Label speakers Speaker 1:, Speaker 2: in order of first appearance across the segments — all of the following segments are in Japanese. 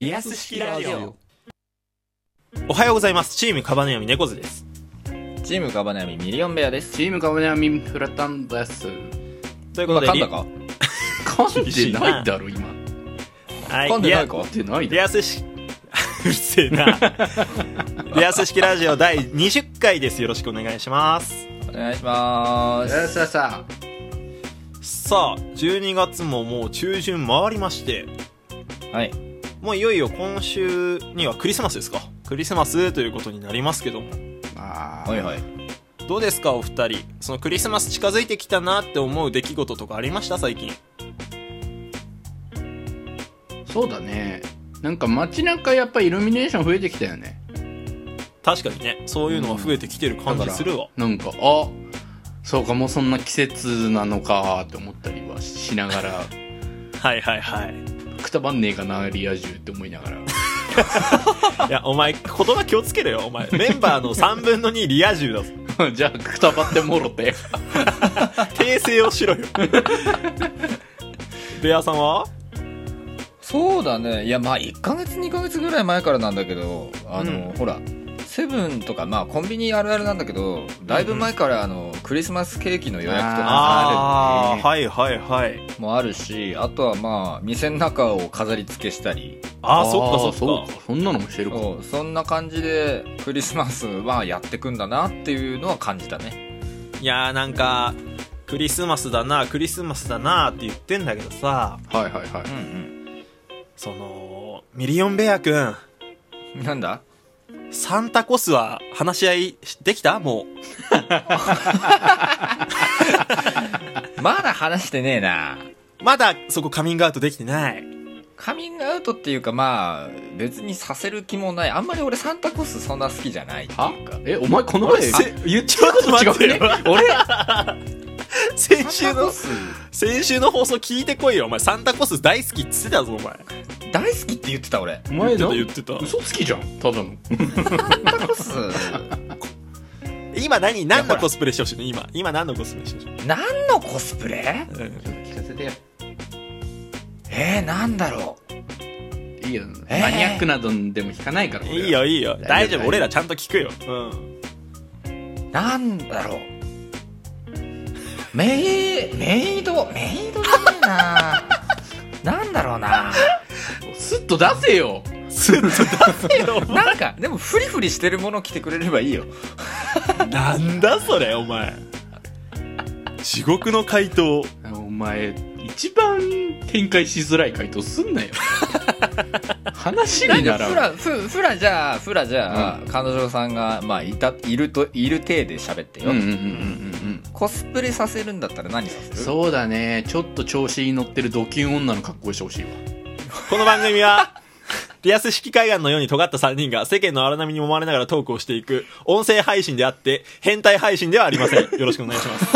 Speaker 1: リアス式ラジオ。
Speaker 2: おはようございます。チームカバネヤミ猫背です。
Speaker 3: チームガバナヤミミリオンベアです。
Speaker 1: チームカバネアミンフラタンです。
Speaker 2: という
Speaker 3: 今
Speaker 2: ことで、
Speaker 3: 噛ん
Speaker 2: リ
Speaker 3: だか
Speaker 1: 噛んでないだろ、今。
Speaker 2: はい
Speaker 3: 噛んでないか
Speaker 1: 噛んでない
Speaker 2: リ
Speaker 1: だ
Speaker 2: アス式、 うるせ えな。リアス式ラジオ第20回です。よろしくお願いします。
Speaker 3: お願いしま
Speaker 1: ろ。
Speaker 3: ー
Speaker 1: さ
Speaker 3: す。
Speaker 1: あさあ、
Speaker 2: さあ、12月ももう中旬回りまして、
Speaker 3: はい。
Speaker 2: もういよいよ今週にはクリスマスですか。クリスマスということになりますけども。
Speaker 1: まあ、
Speaker 3: はいはい。
Speaker 2: どうですかお二人。そのクリスマス近づいてきたなって思う出来事とかありました最近。
Speaker 1: そうだね。なんか街中やっぱイルミネーション増えてきたよね。
Speaker 2: 確かにね、そういうのが増えてきてる感じするわ。
Speaker 1: なんか、あ、そうか、もうそんな季節なのかって思ったりはしながら、
Speaker 2: はいはいはい。
Speaker 1: くたばんねえかな、リア充って思いながら。
Speaker 2: いや、お前、言葉気をつけろよ、お前。メンバーの3分の2リア充だぞ。
Speaker 1: じゃあ、くたばってもろて。
Speaker 2: 訂正をしろよ。 ベアさんは
Speaker 3: そうだね。いや、まあ、1ヶ月、2ヶ月ぐらい前からなんだけど、あの、
Speaker 2: うん
Speaker 3: ほら、セブンとか、まあ、コンビニあるあるなんだけど、だいぶ前から、あの、クリスマスケーキの予約とか
Speaker 1: あるね
Speaker 2: ーはいはいはい。
Speaker 3: もあるし、あとはまあ、店の中を飾り付けしたり、
Speaker 2: あー、そっか
Speaker 1: そ
Speaker 2: そうっ
Speaker 1: か
Speaker 2: か。。
Speaker 1: そんなのもしてるか。
Speaker 3: そうそんな感じで、クリスマスはやってくんだなっていうのは感じたね。
Speaker 2: いやー、なんか、クリスマスだな、クリスマスだなって言ってんだけどさ、
Speaker 1: はいはいはい。
Speaker 3: うん
Speaker 2: その、ミリオンベア君、
Speaker 3: うん。なんだ
Speaker 2: サンタコスは話し合いしできたもう。
Speaker 3: まだ話してねえな。
Speaker 2: まだそこカミングアウトできてない。
Speaker 3: カミングアウトっていうかまあ別にさせる気もないあんまり俺サンタコスそんな好きじゃないって
Speaker 1: は
Speaker 3: いうか
Speaker 1: え、お前この前、
Speaker 2: せ言っちゃうこと
Speaker 1: 違
Speaker 2: 待っ
Speaker 1: う
Speaker 2: て
Speaker 1: ね
Speaker 2: よ。。
Speaker 1: 俺、
Speaker 2: 先
Speaker 3: サ
Speaker 2: 週
Speaker 3: ンタ
Speaker 2: の
Speaker 3: コス
Speaker 2: 先週の放送聞いてこいよ、お前。サンタコス大好きって言ってたぞ、お前。
Speaker 3: 大好きって言ってた俺
Speaker 1: お
Speaker 2: 言
Speaker 1: 前
Speaker 2: ってた、
Speaker 1: な
Speaker 2: 言ってた。
Speaker 1: 嘘つきじゃん、ただの。
Speaker 3: サンタコス
Speaker 2: 今何、何
Speaker 3: いやほ
Speaker 2: の
Speaker 3: ら
Speaker 2: コスプレしてほしいの今。今何のコスプレしてほしい
Speaker 3: 何のコスプレ
Speaker 2: のうん
Speaker 1: 聞かせてよ。
Speaker 3: えー、なんだろう
Speaker 1: いいよ、
Speaker 3: えー
Speaker 1: マニアックなどでも聞かないから。俺はい
Speaker 2: い。よ、いいよ。大
Speaker 1: 大
Speaker 2: 丈
Speaker 1: 丈夫
Speaker 2: 夫、俺らちゃんと聞くよ。うん。
Speaker 3: なんだろうメイメイドメイドじゃねえななんだろうな
Speaker 1: スッと出せよ。
Speaker 2: スッと出せよ。
Speaker 3: なんかでもフリフリしてるもの着てくれればいいよ
Speaker 2: なんだそれ、お前。地獄の回答。
Speaker 1: お前、一番展開しづらい回答すん なよ。話
Speaker 3: なん
Speaker 1: に
Speaker 3: か
Speaker 1: な
Speaker 3: フ
Speaker 1: らん。
Speaker 3: ラふふらじゃあふらじゃあ、彼女さんが、まあ、いたいるといる体で喋って
Speaker 1: うん
Speaker 3: よ、
Speaker 1: うんうんうんうん
Speaker 3: コスプレさせるんだったら何させ
Speaker 1: うん。
Speaker 3: る
Speaker 1: そうだね。ちょっと調子に乗ってるドキュン女の格好してほしいわ。
Speaker 2: この番組は、リアス式海岸のように尖った3人が世間の荒波に揉まれながらトークをしていく音声配信であって、変態配信ではありません。よろしくお願いします。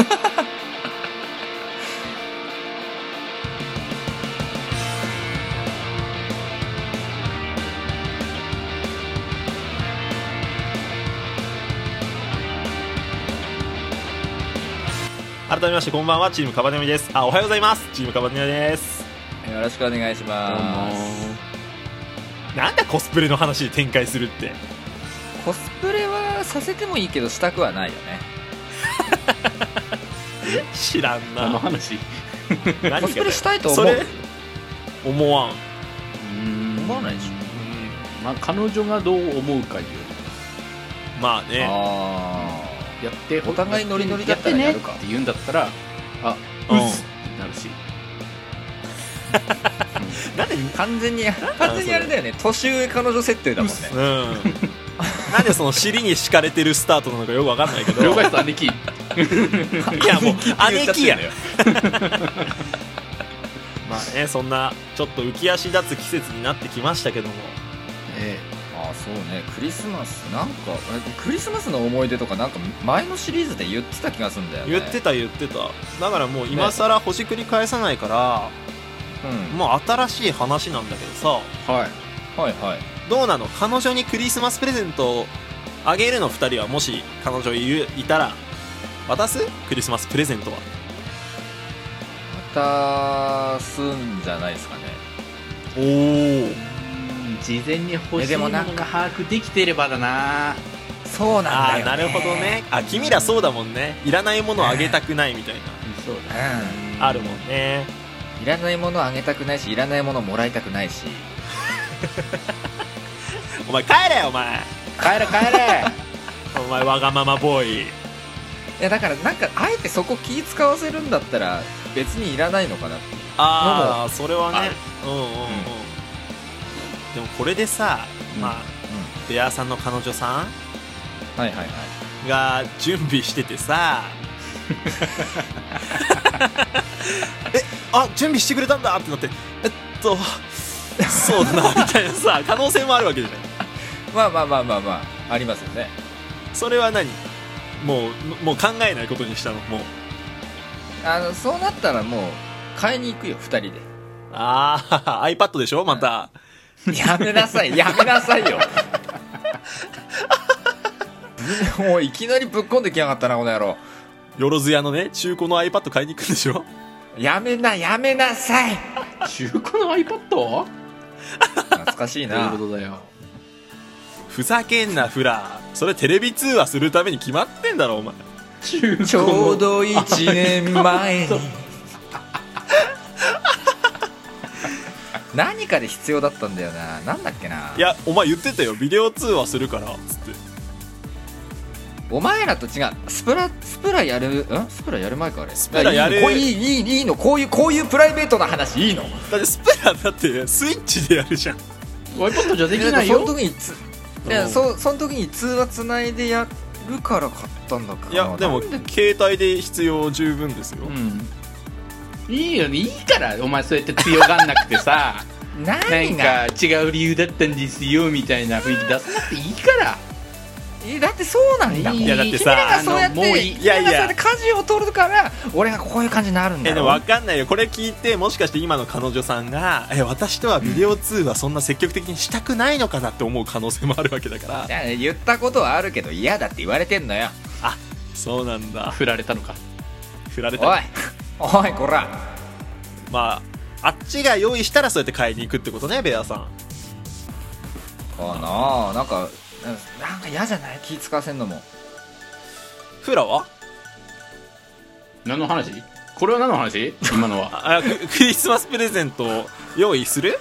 Speaker 2: 改めましてこんばんは、チームカバネミです。あ、おはようございます。チームカバネミです。
Speaker 3: よろしくお願いします
Speaker 2: なんだコスプレの話で展開するって。
Speaker 3: コスプレはさせてもいいけどしたくはないよね
Speaker 2: 知らん
Speaker 1: あの
Speaker 2: な。
Speaker 1: 話。う
Speaker 2: 何が
Speaker 3: コスプレしたいと思
Speaker 2: そうれ思わん。
Speaker 1: ん
Speaker 3: 思わないでし
Speaker 1: まあ、彼女がどう思うかよ
Speaker 2: まあね。
Speaker 3: あ
Speaker 1: りやって
Speaker 3: お互いノリノリだったらやるか
Speaker 1: って言うんだったらあ
Speaker 2: う
Speaker 1: うんっすってなるし
Speaker 2: なんで、
Speaker 3: あ完全に完全にあれだよね年上彼女設定だもんね
Speaker 2: うん。なんでその尻に敷かれてるスタートなのかよくわかんないけど。
Speaker 1: 両替と兄貴
Speaker 2: いやもう、姉貴や
Speaker 3: 言っちゃってんだよ
Speaker 2: まあね、そんな、ちょっと浮き足立つ季節になってきましたけども。
Speaker 1: え
Speaker 3: あそうねクリスマスなんかえクリスマスの思い出とかなんか前のシリーズで言ってた気がするんだよね
Speaker 2: 言ってた言ってた。だからもう今更ほじくり返さないから、
Speaker 3: うん
Speaker 2: もう新しい話なんだけどさ、
Speaker 1: えはい
Speaker 3: はいはい
Speaker 2: どうなの彼女にクリスマスプレゼントをあげるの2人はもし彼女いるいたら、渡すクリスマスプレゼントは。
Speaker 3: またすんじゃないですかね
Speaker 2: おお
Speaker 1: うん事前に欲
Speaker 3: え
Speaker 1: しい
Speaker 3: で
Speaker 1: も
Speaker 3: も
Speaker 1: のが
Speaker 3: なんか
Speaker 1: 把握できてればだな
Speaker 3: そう
Speaker 2: あ
Speaker 3: な
Speaker 2: あ
Speaker 3: んだよ、ね、
Speaker 2: なるほどねあ君らそうだもんねいらないものをあげたくないみたい
Speaker 1: そうだ
Speaker 2: なあるもんね
Speaker 3: うんいらないものあげたくないしいらないものもらいたくないし
Speaker 2: お前帰れお前
Speaker 3: 帰れ帰れ
Speaker 2: お前わがままボーイ
Speaker 3: いやだからなんかあえてそこ気使わせるんだったら別にいらないのかなって
Speaker 2: ああそれは
Speaker 1: あ
Speaker 2: ね
Speaker 1: る
Speaker 2: うんうんうん、でもこれでさ、まあベアさんの彼女
Speaker 3: は
Speaker 2: さ
Speaker 3: いはいはい
Speaker 2: んが準備しててさえあ準備してくれたんだってなってえっとそうだなみたいなさ可能性もあるわけじゃない
Speaker 3: まあまあまあまあまあありますよね
Speaker 2: それは何もうもう考えないことにしたのもう
Speaker 3: あのそうなったらもう買いに行くよ2人
Speaker 2: ああ iPad でしょまた
Speaker 3: でやめなさいやめなさ いよもういきなりぶっこんできやがったなこの野郎
Speaker 2: よろずやのね中古の iPad 買いに行くんでしょ
Speaker 3: やめなやめなさい
Speaker 1: な 中古の iPad? ど
Speaker 3: 懐かしいう
Speaker 1: いう
Speaker 3: な
Speaker 1: ことだよ
Speaker 2: ふざけんなフラそれテレビ通話するために決まってんだろお前
Speaker 1: 中古の
Speaker 3: ちょうど1年前に 何かで必要だったんだよななんだっけない
Speaker 2: やお前言ってたよビデオ通話するからつって
Speaker 3: お前らと違うスプラスプラやるんスプラやる前かあれ
Speaker 2: スプラやる
Speaker 3: いやいいのこういいいいいいのこういうこういうプライベートな話いいの
Speaker 2: だってスプラだってスイッチでやるじゃん
Speaker 1: iPad じゃできない
Speaker 3: その
Speaker 1: よ
Speaker 3: 時につ
Speaker 2: うん
Speaker 3: いやそその時に通話つないでやるから買ったんだから
Speaker 2: いやでも携帯で必要十分ですよ、
Speaker 1: うんいいよねいいからお前そうやって強がんなくてさなん
Speaker 3: 何が
Speaker 1: か違う理由だったんですよみたいな雰囲気出さなくていいから
Speaker 3: えだってそうなんだもん
Speaker 2: いやだって
Speaker 3: 君ら
Speaker 2: さ
Speaker 3: がそうやっ
Speaker 1: あのもう
Speaker 3: て
Speaker 1: いい
Speaker 3: 君らがそうやっ
Speaker 2: いやい
Speaker 3: て
Speaker 2: や
Speaker 3: 舵を取るから俺がこういう感じになるんだ
Speaker 2: え
Speaker 3: よ
Speaker 2: でも分かんないよこれ聞いてもしかして今の彼女さんがえ私とはビデオ通話そんな積極的にしたくないのかなって思う可能性もあるわけ だから
Speaker 3: いや言ったことはあるけど嫌だって言われてんのよ
Speaker 2: そうなんだ
Speaker 1: 振られたのか
Speaker 2: 振られ
Speaker 3: お
Speaker 2: た
Speaker 3: いおいこら
Speaker 2: まああっちが用意したらそうやって買いに行くってことねベアさん
Speaker 3: かななんかうんなんか嫌じゃない気使わせんのも
Speaker 2: フラは
Speaker 1: 何の話これは何の話今 のは
Speaker 2: あククリスマスプレゼントを用意する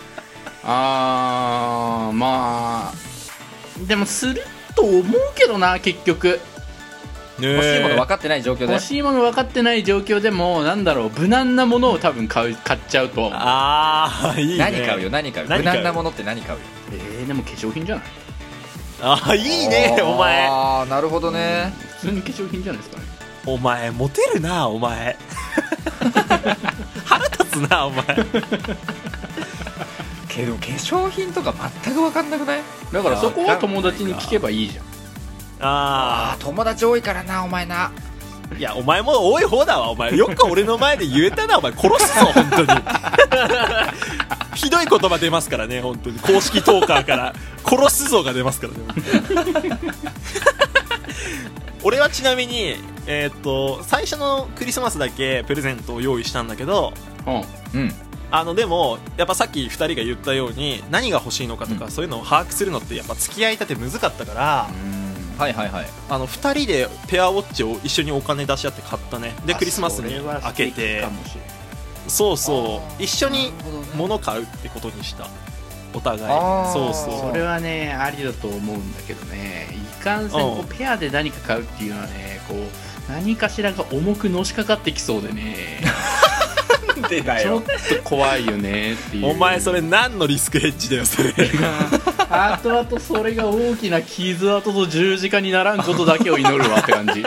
Speaker 1: あーまあでもすると思うけどな結局
Speaker 3: 欲しいもの分
Speaker 2: か
Speaker 3: かってない状況で
Speaker 1: 欲しいもの分かってない状況でもなんだろう無難なものを多分買う買っちゃうと思う
Speaker 2: ああいいね
Speaker 3: 何買うよ何買う
Speaker 2: 何
Speaker 3: 無
Speaker 2: 買う
Speaker 3: 難なものって何買うよ
Speaker 1: えー、でも化粧品じゃない
Speaker 2: ああいいねお前
Speaker 3: ああなるほどね
Speaker 1: 普通に化粧品じゃないですかね
Speaker 2: お前モテるなお前 腹立つなお前
Speaker 3: けど化粧品とか全く分かんなくない
Speaker 1: だからそこは友達
Speaker 2: い
Speaker 1: に
Speaker 2: や
Speaker 1: 聞けばいいじゃん
Speaker 2: あ
Speaker 3: あ友達多いからなお前な
Speaker 2: あいやお前も多い方だわお前よく俺の前で言えたなお前殺すぞ本当に ひどい言葉出ますからね本当に公式トーカーから殺すぞが出ますからね 俺はちなみにえーっと最初のクリスマスだけプレゼントを用意したんだけど
Speaker 1: うん
Speaker 3: うん
Speaker 2: あのでもやっぱさっき2人が言ったように何が欲しいのかとか、そういうのを把握するのってやっぱ付き合いたて難かったから、
Speaker 3: はいはいはい
Speaker 2: あの2人でペアウォッチを一緒にお金出し合って買ったねでクリスマスに開けて
Speaker 1: かもしれない
Speaker 2: そうそう一緒に
Speaker 3: なるほどね
Speaker 2: 物買うってことにしたお互
Speaker 3: あ
Speaker 2: い
Speaker 3: ー
Speaker 2: そうそ
Speaker 1: そうれはねありだと思うんだけどねいかんせんこうペアで何か買うっていうのはねこう何かしらが重くのしかかってきそうでね
Speaker 3: でだ
Speaker 1: ちょっと怖いよねっていう
Speaker 2: お前それ何のリスクヘッジだよ それ
Speaker 1: あとあとそれが大きな傷跡と十字架にならんことだけを祈るわって感じ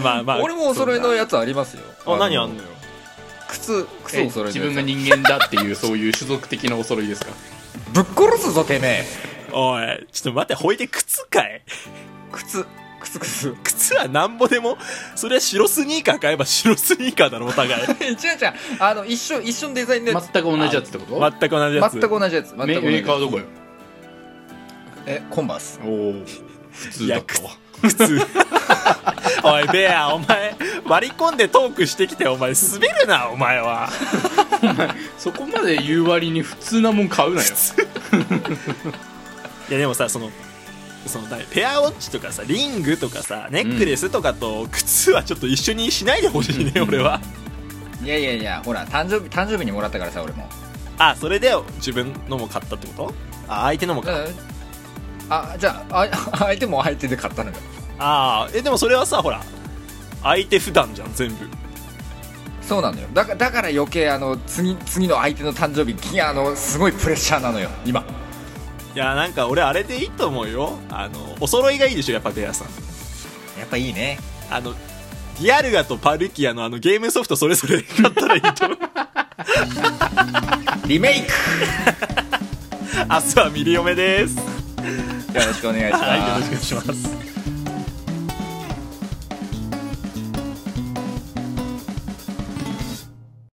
Speaker 2: まあまあ
Speaker 3: 俺もお揃いのやつありますよ
Speaker 2: あ何あんのよ
Speaker 3: 靴靴
Speaker 1: え
Speaker 3: お揃い
Speaker 1: 自
Speaker 3: のや
Speaker 1: 分
Speaker 3: つ
Speaker 1: が人間だって いうそういう種族的な恐ろいですか
Speaker 3: ぶっ殺すぞてめえ
Speaker 2: おいちょっと待ってほいで靴かい
Speaker 3: 靴靴靴違う
Speaker 2: 靴はなんぼでもそれは白スニーカー買えば白スニーカーだろお互 い
Speaker 3: 違うあの一緒一緒のデザインのやつ
Speaker 1: 全く同じやつってこと、
Speaker 2: 全く同じやつ
Speaker 3: 全く同じやつ全く
Speaker 1: メ
Speaker 3: 同じ
Speaker 1: メ
Speaker 3: や
Speaker 1: ー
Speaker 3: つ
Speaker 1: カーどこよ
Speaker 3: えコンバース
Speaker 1: おお
Speaker 3: 普
Speaker 2: い
Speaker 3: 通だ
Speaker 2: や
Speaker 3: と
Speaker 2: く普通 おいベアお前割り込んでトークしてきてお前滑るなお前は
Speaker 1: そこまで言う割に普通なもん買うなよ
Speaker 2: いやでもさそのそのだペアウォッチとかさリングとかさネックレスとかと靴はちょっと一緒にしないでほしいね、俺はい
Speaker 3: やいやいやほら誕生日誕生日にもらったからさ俺も
Speaker 2: あそれで自分のも買ったってことあ相手のもか
Speaker 3: あじゃああ 相手も相手で買ったのよ
Speaker 2: あーえでもそれはさほら相手普段じゃん全部
Speaker 3: そうなのよだかだから余計あの次次の相手の誕生日ぎあのすごいプレッシャーなのよ今
Speaker 2: いやなんか俺あれでいいと思うよあのお揃いがいいでしょやっぱベアさん
Speaker 3: やっぱいいね
Speaker 2: あのディアルガとパルキアのあのゲームソフトそれぞれ買ったらいいと思う
Speaker 3: リメイク
Speaker 2: 明日はミリオメです
Speaker 3: よろしくお願いします、
Speaker 2: はいよろしくお願いします